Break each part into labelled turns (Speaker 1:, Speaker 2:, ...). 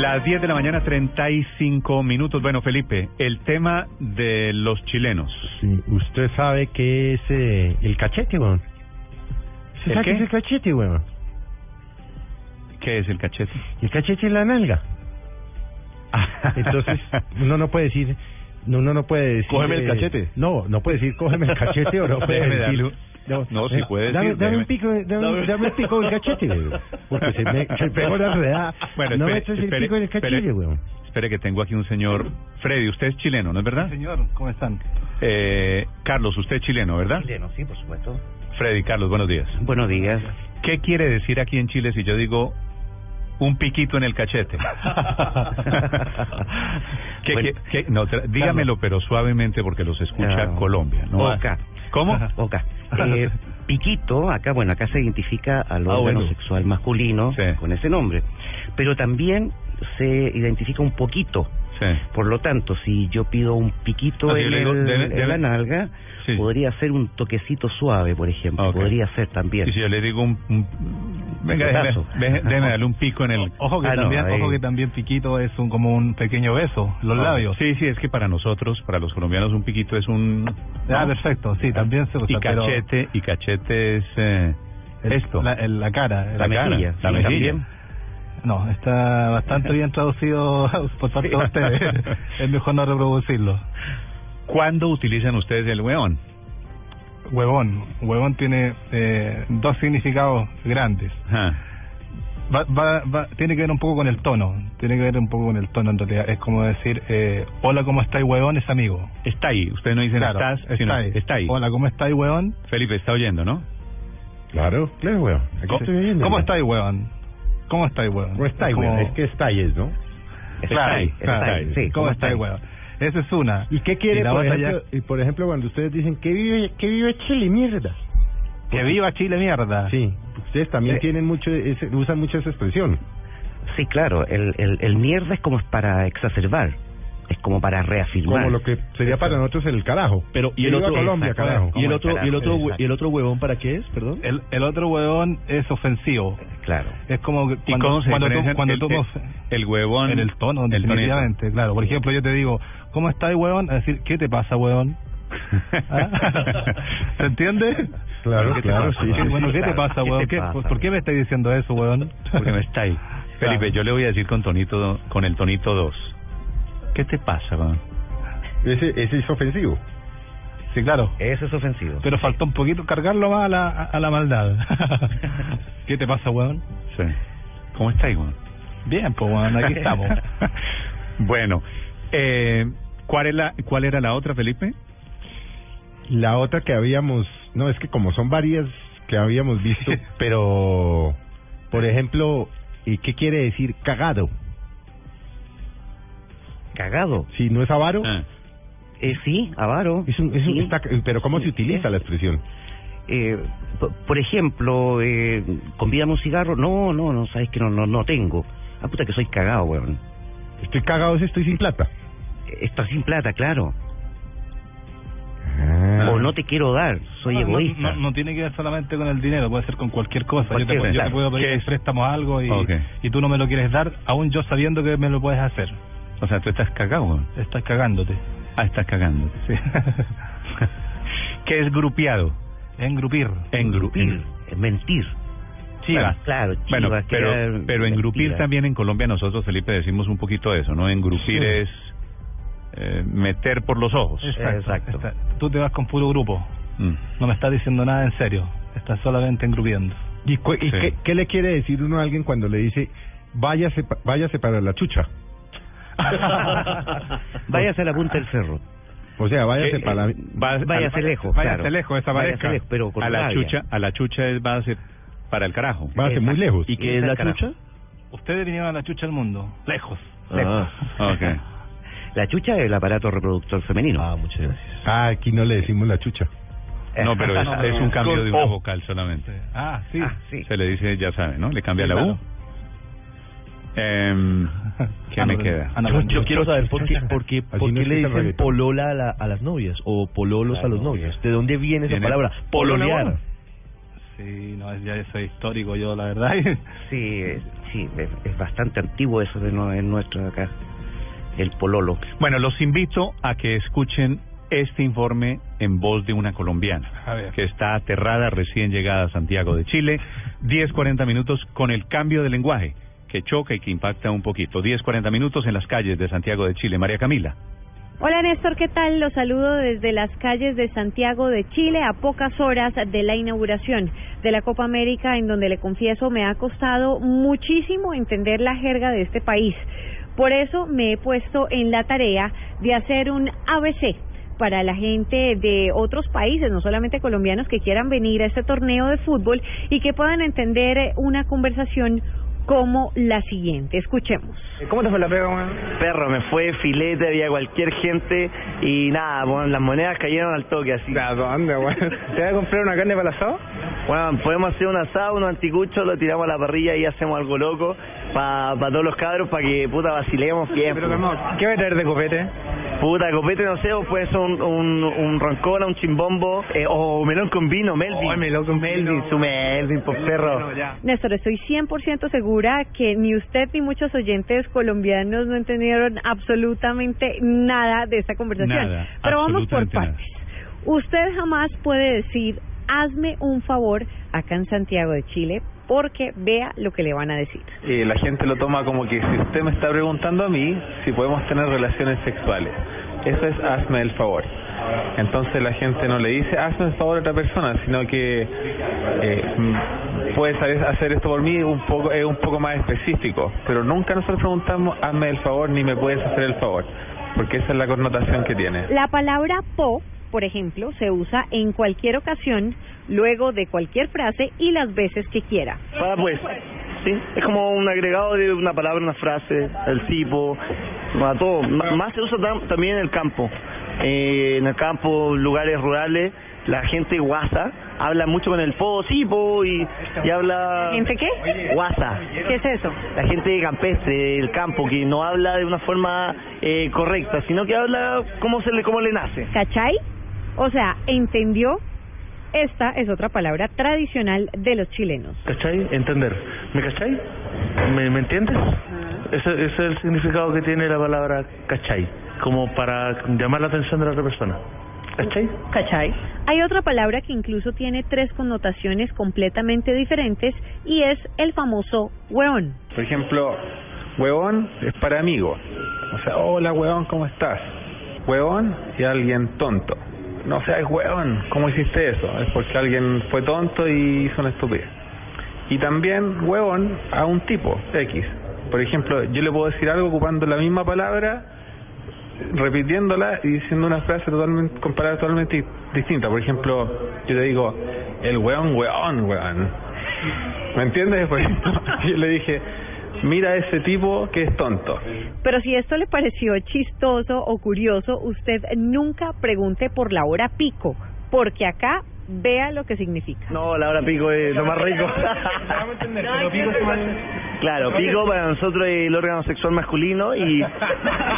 Speaker 1: Las 10 de la mañana, 35 minutos. Bueno, Felipe, el tema de los chilenos.
Speaker 2: Sí, usted sabe qué es eh, el cachete, weón.
Speaker 1: ¿El
Speaker 2: ¿Usted sabe qué
Speaker 1: qué?
Speaker 2: es el cachete, weón?
Speaker 1: ¿Qué es el cachete? Ah.
Speaker 2: El cachete es la nalga. Entonces, uno no puede decir... no, Uno no puede decir... eh,
Speaker 1: Cógeme el cachete.
Speaker 2: No, no puede decir cógeme el cachete o no puede
Speaker 1: Déjeme
Speaker 2: decir...
Speaker 1: darle un- No, sí puede
Speaker 2: dame,
Speaker 1: decir,
Speaker 2: dame
Speaker 1: déjeme.
Speaker 2: un pico, dame,
Speaker 1: Dame-
Speaker 2: dame un pico del cachete, weón. Porque pues, se me se pegó la redada.
Speaker 1: Bueno,
Speaker 2: no
Speaker 1: espere,
Speaker 2: me eches el
Speaker 1: espere,
Speaker 2: pico del
Speaker 1: espere.
Speaker 2: cachete, weón.
Speaker 1: Espere que tengo aquí un señor... Freddy, usted es chileno, ¿no es verdad?
Speaker 3: Señor, ¿cómo están?
Speaker 1: Eh, Carlos, usted es chileno, ¿verdad?
Speaker 2: sí, por supuesto.
Speaker 1: Freddy, Carlos, buenos días.
Speaker 2: Buenos días.
Speaker 1: ¿Qué quiere decir aquí en Chile si yo digo un piquito en el cachete? ¿Qué-
Speaker 2: Bueno.
Speaker 1: qué- qué- no, tra- dígamelo, pero suavemente porque los escucha
Speaker 2: No.
Speaker 1: Colombia. ¿no?
Speaker 2: Oca.
Speaker 1: ¿Cómo?
Speaker 2: Oca. Eh, piquito, acá, bueno, acá se identifica al
Speaker 1: Ah,
Speaker 2: órgano
Speaker 1: bueno.
Speaker 2: sexual masculino
Speaker 1: Sí.
Speaker 2: con ese nombre. Pero también se identifica un poquito.
Speaker 1: Sí.
Speaker 2: Por lo tanto, si yo pido un piquito
Speaker 1: Ah, sí, yo
Speaker 2: en,
Speaker 1: le digo,
Speaker 2: el-
Speaker 1: deme-
Speaker 2: en
Speaker 1: deme-
Speaker 2: la nalga,
Speaker 1: Sí.
Speaker 2: podría ser un toquecito suave, por ejemplo.
Speaker 1: Ah, ok.
Speaker 2: Podría ser también.
Speaker 1: Y si yo le digo un... un- venga,
Speaker 2: Putazo.
Speaker 1: déjeme, deje- déjeme darle un pico en el...
Speaker 3: Ojo que,
Speaker 2: Ah, no,
Speaker 3: también,
Speaker 2: ahí.
Speaker 3: ojo que también piquito es un como un pequeño beso, los labios.
Speaker 1: Ah, Sí, sí, es que para nosotros, para los colombianos, un piquito es un...
Speaker 3: Ah,
Speaker 1: ¿no?
Speaker 3: perfecto, sí, también se usa.
Speaker 1: Y
Speaker 3: pero
Speaker 1: cachete, y cachete es... eh,
Speaker 3: el-
Speaker 1: esto.
Speaker 3: La, el- la cara.
Speaker 1: la cara,
Speaker 2: mejilla,
Speaker 1: la
Speaker 2: sí,
Speaker 1: mejilla.
Speaker 2: también.
Speaker 3: No, está bastante bien traducido por parte de ustedes. es mejor no reproducirlo.
Speaker 1: ¿Cuándo utilizan ustedes el hueón?
Speaker 3: Huevón. Huevón tiene eh, dos significados grandes.
Speaker 1: Ajá.
Speaker 3: Va, va, va- tiene que ver un poco con el tono. Tiene que ver un poco con el tono en realidad. Es como decir, eh, hola, ¿cómo estáis, huevón? Es amigo.
Speaker 1: Está ahí, ustedes no dicen
Speaker 3: Claro,
Speaker 1: estás, sino
Speaker 3: estáis.
Speaker 1: está ahí.
Speaker 3: Hola, ¿cómo estáis, huevón?
Speaker 1: Felipe está oyendo, ¿no?
Speaker 2: Claro, claro, weón. Aquí
Speaker 1: ¿Cómo-
Speaker 2: estoy oyendo,
Speaker 3: ¿Cómo
Speaker 2: weón.
Speaker 3: estáis, huevón? ¿Cómo estáis, huevón?
Speaker 2: ¿Cómo estáis,
Speaker 3: Es como-
Speaker 2: weón? Es que estáis, ¿no?
Speaker 1: Claro,
Speaker 2: Estáis,
Speaker 1: claro.
Speaker 2: estáis, sí,
Speaker 3: ¿Cómo estáis, huevón? Esa es una.
Speaker 2: ¿Y qué quiere,
Speaker 3: Y la
Speaker 2: por
Speaker 3: otra ya-
Speaker 2: ejemplo, y por ejemplo, cuando ustedes dicen que vive, que vive Chile, mierda?
Speaker 3: Que viva Chile, mierda.
Speaker 2: Sí, ustedes también tienen mucho, ese- usan mucho esa expresión.
Speaker 4: Sí, claro, el, el, el mierda es como para exacerbar, es como para reafirmar.
Speaker 5: Ah,
Speaker 2: Como lo que sería para nosotros el carajo.
Speaker 6: Pero y
Speaker 2: Que
Speaker 6: el
Speaker 2: viva
Speaker 6: otro
Speaker 2: Colombia,
Speaker 4: Exacto.
Speaker 2: carajo.
Speaker 6: y el
Speaker 4: Como el
Speaker 6: otro y el
Speaker 4: carajo,
Speaker 6: otro hue-
Speaker 4: exacto.
Speaker 6: y el otro huevón para qué es, Pues, perdón?
Speaker 3: El, el otro huevón es ofensivo.
Speaker 4: Claro.
Speaker 3: Es como que
Speaker 1: ¿Y cómo
Speaker 3: cuando,
Speaker 1: se
Speaker 3: cuando
Speaker 1: diferencian
Speaker 3: tú, cuando
Speaker 1: el,
Speaker 3: tú
Speaker 1: el- el huevón
Speaker 3: en el tono,
Speaker 1: el tonito?
Speaker 3: definitivamente, claro. Por ejemplo, yo te digo, ¿cómo estáis, huevón? A decir, ¿qué te pasa, huevón? ¿Ah? ¿Se entiende?
Speaker 2: Claro,
Speaker 1: ¿Qué te
Speaker 2: claro,
Speaker 1: pasa,
Speaker 2: sí.
Speaker 3: Sí,
Speaker 2: sí.
Speaker 3: bueno, ¿qué te
Speaker 4: claro.
Speaker 3: pasa,
Speaker 4: ¿Qué
Speaker 3: huevón?
Speaker 4: te
Speaker 3: ¿Qué-
Speaker 4: pasa,
Speaker 3: por, por qué me estás diciendo eso, huevón?
Speaker 1: Porque no está ahí. Felipe, yo le voy a decir con tonito do- con el tonito 2. ¿Qué te pasa, huevón?
Speaker 2: Ese, ese es ofensivo.
Speaker 3: Sí, claro.
Speaker 4: Eso es ofensivo.
Speaker 3: Pero faltó un poquito cargarlo más a la, a la maldad. ¿Qué te pasa, huevón?
Speaker 1: Sí. ¿Cómo está ahí, huevón?
Speaker 3: Bien,
Speaker 6: ah,
Speaker 3: pues, huevón, aquí estamos.
Speaker 1: bueno, eh, ¿cuál, es la, ¿cuál era la otra, Felipe?
Speaker 2: La otra que habíamos, no, es que como son varias que habíamos visto, pero, por ejemplo, ¿y qué quiere decir cagado?
Speaker 4: Cagado.
Speaker 2: Si no es avaro,
Speaker 1: Ah,
Speaker 4: Eh, sí, avaro.
Speaker 2: es un, es un-
Speaker 4: Sí.
Speaker 2: está- pero ¿cómo se utiliza la expresión?
Speaker 4: Eh, po- por ejemplo, eh, convídame un cigarro. No, no, no, sabes que no, no, no tengo. Ah, puta que soy cagado, weón.
Speaker 2: Estoy cagado si estoy sin plata.
Speaker 4: Eh, Estás sin plata, claro.
Speaker 6: Ah,
Speaker 4: O no te quiero dar, soy
Speaker 3: No, no-
Speaker 4: egoísta.
Speaker 3: No, no tiene que ver solamente con el dinero, puede ser con cualquier cosa.
Speaker 4: Cualquier,
Speaker 3: yo, te, yo te
Speaker 4: claro.
Speaker 3: puedo pedir
Speaker 1: ¿Qué
Speaker 3: en
Speaker 1: es?
Speaker 3: préstamo algo y,
Speaker 1: Ok.
Speaker 3: y tú no me lo quieres dar, aún yo sabiendo que me lo puedes hacer.
Speaker 1: O sea, tú estás cagado, huevón.
Speaker 3: Estás cagándote.
Speaker 1: Ah, estás cagando.
Speaker 3: Sí.
Speaker 1: ¿Qué es grupeado?
Speaker 3: Engrupir.
Speaker 1: Engrupir.
Speaker 4: Mentir, eh, mentir.
Speaker 1: Chivas.
Speaker 4: Claro, chivas.
Speaker 1: Bueno,
Speaker 4: que
Speaker 1: pero,
Speaker 4: era
Speaker 1: pero engrupir
Speaker 4: mentira.
Speaker 1: también en Colombia nosotros, Felipe, decimos un poquito de eso, ¿no? Engrupir
Speaker 3: Sí.
Speaker 1: es eh, meter por los ojos.
Speaker 4: Exacto.
Speaker 3: Está- Tú te vas con puro grupo.
Speaker 1: Mm.
Speaker 3: No me estás diciendo nada en serio. Estás solamente engrupiendo.
Speaker 2: ¿Y, cu-
Speaker 1: Sí.
Speaker 2: y qué, qué le quiere decir uno a alguien cuando le dice, váyase, pa- váyase para la chucha?
Speaker 4: Váyase a la punta del cerro.
Speaker 2: O sea, váyase
Speaker 1: Eh, eh,
Speaker 2: para la...
Speaker 1: va-
Speaker 4: váyase
Speaker 1: al-
Speaker 4: lejos,
Speaker 1: váyase
Speaker 4: claro.
Speaker 1: lejos, desaparezca.
Speaker 4: Váyase lejos, pero con
Speaker 1: a la
Speaker 4: rabia.
Speaker 1: chucha, a la chucha es va a ser para el carajo.
Speaker 2: Váyase muy lejos.
Speaker 6: ¿Y qué es la
Speaker 4: Carajo.
Speaker 6: chucha?
Speaker 3: Ustedes vinieron a la chucha al mundo, lejos.
Speaker 6: Ah,
Speaker 1: Okay.
Speaker 4: La chucha es el aparato reproductor femenino.
Speaker 6: ah, muchas gracias.
Speaker 2: Ah, aquí no le decimos la chucha.
Speaker 4: Eh,
Speaker 1: No, pero es, es un cambio de una
Speaker 3: O.
Speaker 1: vocal solamente.
Speaker 3: Ah, sí.
Speaker 4: Ah, sí.
Speaker 1: Se le dice, ya sabe, ¿no? Le cambia
Speaker 3: Sí,
Speaker 1: la U.
Speaker 3: claro.
Speaker 1: Em, ¿Qué me
Speaker 3: Ana-
Speaker 1: queda?
Speaker 3: Ana
Speaker 6: Yo,
Speaker 3: Blandino.
Speaker 6: yo quiero saber por qué, por qué,
Speaker 2: Así
Speaker 6: por qué
Speaker 2: no
Speaker 6: le
Speaker 2: existe el
Speaker 6: dicen
Speaker 2: reggaetón.
Speaker 6: polola a, la- a las novias o pololos a los novios. ¿De dónde viene esa
Speaker 1: Tiene-
Speaker 6: palabra?
Speaker 1: Polola,
Speaker 6: Pololear.
Speaker 1: bueno.
Speaker 3: Sí, no, es- ya soy histórico yo, la verdad.
Speaker 4: Sí, eh, sí, es, es bastante antiguo eso de no, en nuestro acá, el pololo.
Speaker 1: Bueno, los invito a que escuchen este informe en voz de una colombiana
Speaker 3: A ver.
Speaker 1: que está aterrada recién llegada a Santiago de Chile. 10-40 minutos con el cambio de lenguaje que choca y que impacta un poquito. 10-40 minutos en las calles de Santiago de Chile. María Camila.
Speaker 7: Hola Néstor, ¿qué tal? Los saludo desde las calles de Santiago de Chile a pocas horas de la inauguración de la Copa América, en donde le confieso me ha costado muchísimo entender la jerga de este país. Por eso me he puesto en la tarea de hacer un ABC para la gente de otros países, no solamente colombianos, que quieran venir a este torneo de fútbol y que puedan entender eh, una conversación como la siguiente. Escuchemos.
Speaker 5: ¿Cómo te fue la pega, weón? Perro, me fue filete, había cualquier gente y nada, weón, las monedas cayeron al toque así. ¿A dónde, weón? ¿Te vas a comprar una carne para el asado? Bueno, podemos hacer un asado, unos anticuchos, lo tiramos a la parrilla y hacemos algo loco para todos los cabros, para que puta vacilemos bien. Pero, ¿qué va a traer de copete? Puta, copete, no sé, o puede ser un, un, un roncola, un chimbombo, eh, o melón con vino, Melvin. melón con Melvin, su Melvin, por perro.
Speaker 7: Néstor, estoy 100% segura que ni usted ni muchos oyentes colombianos no entendieron absolutamente nada de esta conversación.
Speaker 1: Nada,
Speaker 7: Pero vamos por
Speaker 1: absolutamente nada.
Speaker 7: partes. Usted jamás puede decir, hazme un favor acá en Santiago de Chile, porque vea lo que le van a decir.
Speaker 8: Eh, la gente lo toma como que si usted me está preguntando a mí si podemos tener relaciones sexuales. Eso es hazme el favor. Entonces la gente no le dice hazme el favor a otra persona, sino que eh, mm, puedes hacer- hacer esto por mí un poco es un poco más específico. Pero nunca nosotros preguntamos hazme el favor ni me puedes hacer el favor, porque esa es la connotación que tiene.
Speaker 7: La palabra po, por ejemplo, se usa en cualquier ocasión, luego de cualquier frase y las veces que quiera.
Speaker 5: Para pues. Sí, es como un agregado de una palabra, una frase, el tipo, para todo. Ma- más se usa tam- también en el campo. Eh, en el campo, lugares rurales, la gente guasa habla mucho con el po, sí, po, y, y habla...
Speaker 7: ¿Gente qué?
Speaker 5: Guasa.
Speaker 7: ¿Qué es eso?
Speaker 5: La gente campestre, el campo, que no habla de una forma eh, correcta, sino que habla como, se le, como le nace.
Speaker 7: ¿Cachai? O sea, ¿entendió? Esta es otra palabra tradicional de los chilenos.
Speaker 5: ¿Cachai? Entender. ¿Me cachai? ¿Me, me entiendes? Ese, ese es el significado que tiene la palabra cachai, como para llamar la atención de la otra persona. ¿Cachai?
Speaker 7: ¿Cachai? Hay otra palabra que incluso tiene tres connotaciones completamente diferentes y es el famoso hueón.
Speaker 8: Por ejemplo, huevón es para amigo. O sea, hola huevón, ¿cómo estás? Huevón y alguien tonto. No seas huevón, ¿cómo hiciste eso? Es porque alguien fue tonto y hizo una estupidez. Y también huevón a un tipo X. Por ejemplo, yo le puedo decir algo ocupando la misma palabra, repitiéndola y diciendo una frase totalmente, con palabras totalmente di- distintas. Por ejemplo, yo le digo, el huevón, huevón, huevón. ¿Me entiendes? Por ejemplo, yo le dije, mira a ese tipo que es tonto.
Speaker 7: Pero si esto le pareció chistoso o curioso, usted nunca pregunte por la hora pico, porque acá vea lo que significa.
Speaker 5: No, la hora pico es lo más rico. Claro, pico para nosotros es el órgano sexual masculino y,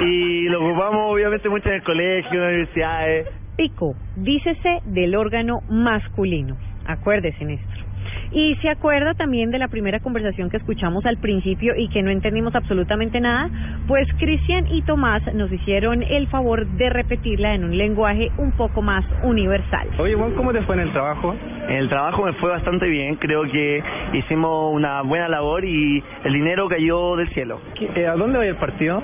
Speaker 5: y lo ocupamos obviamente mucho en el colegio, en las universidades.
Speaker 7: pico, dícese del órgano masculino. Acuérdese, Néstor. Y se acuerda también de la primera conversación que escuchamos al principio y que no entendimos absolutamente nada, pues Cristian y Tomás nos hicieron el favor de repetirla en un lenguaje un poco más universal.
Speaker 8: Oye, Juan, ¿cómo te fue en el trabajo?
Speaker 5: En el trabajo me fue bastante bien, creo que hicimos una buena labor y el dinero cayó del cielo.
Speaker 8: ¿Qué- eh, ¿A dónde va el partido?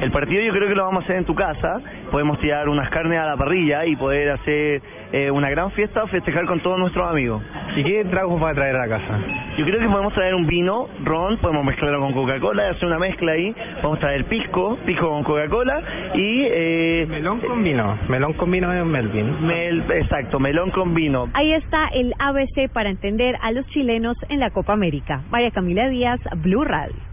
Speaker 5: El partido yo creo que lo vamos a hacer en tu casa podemos tirar unas carnes a la parrilla y poder hacer eh, una gran fiesta, festejar con todos nuestros amigos. ¿Y qué tragos va a traer a la casa? Yo creo que podemos traer un vino, ron, podemos mezclarlo con Coca-Cola, hacer una mezcla ahí. Podemos traer pisco, pisco con Coca-Cola y... melón con vino, Eh, melón con vino es Melvin. Mel, exacto, melón con vino.
Speaker 7: Ahí está el ABC para entender a los chilenos en la Copa América. María Camila Díaz, Blue Radio.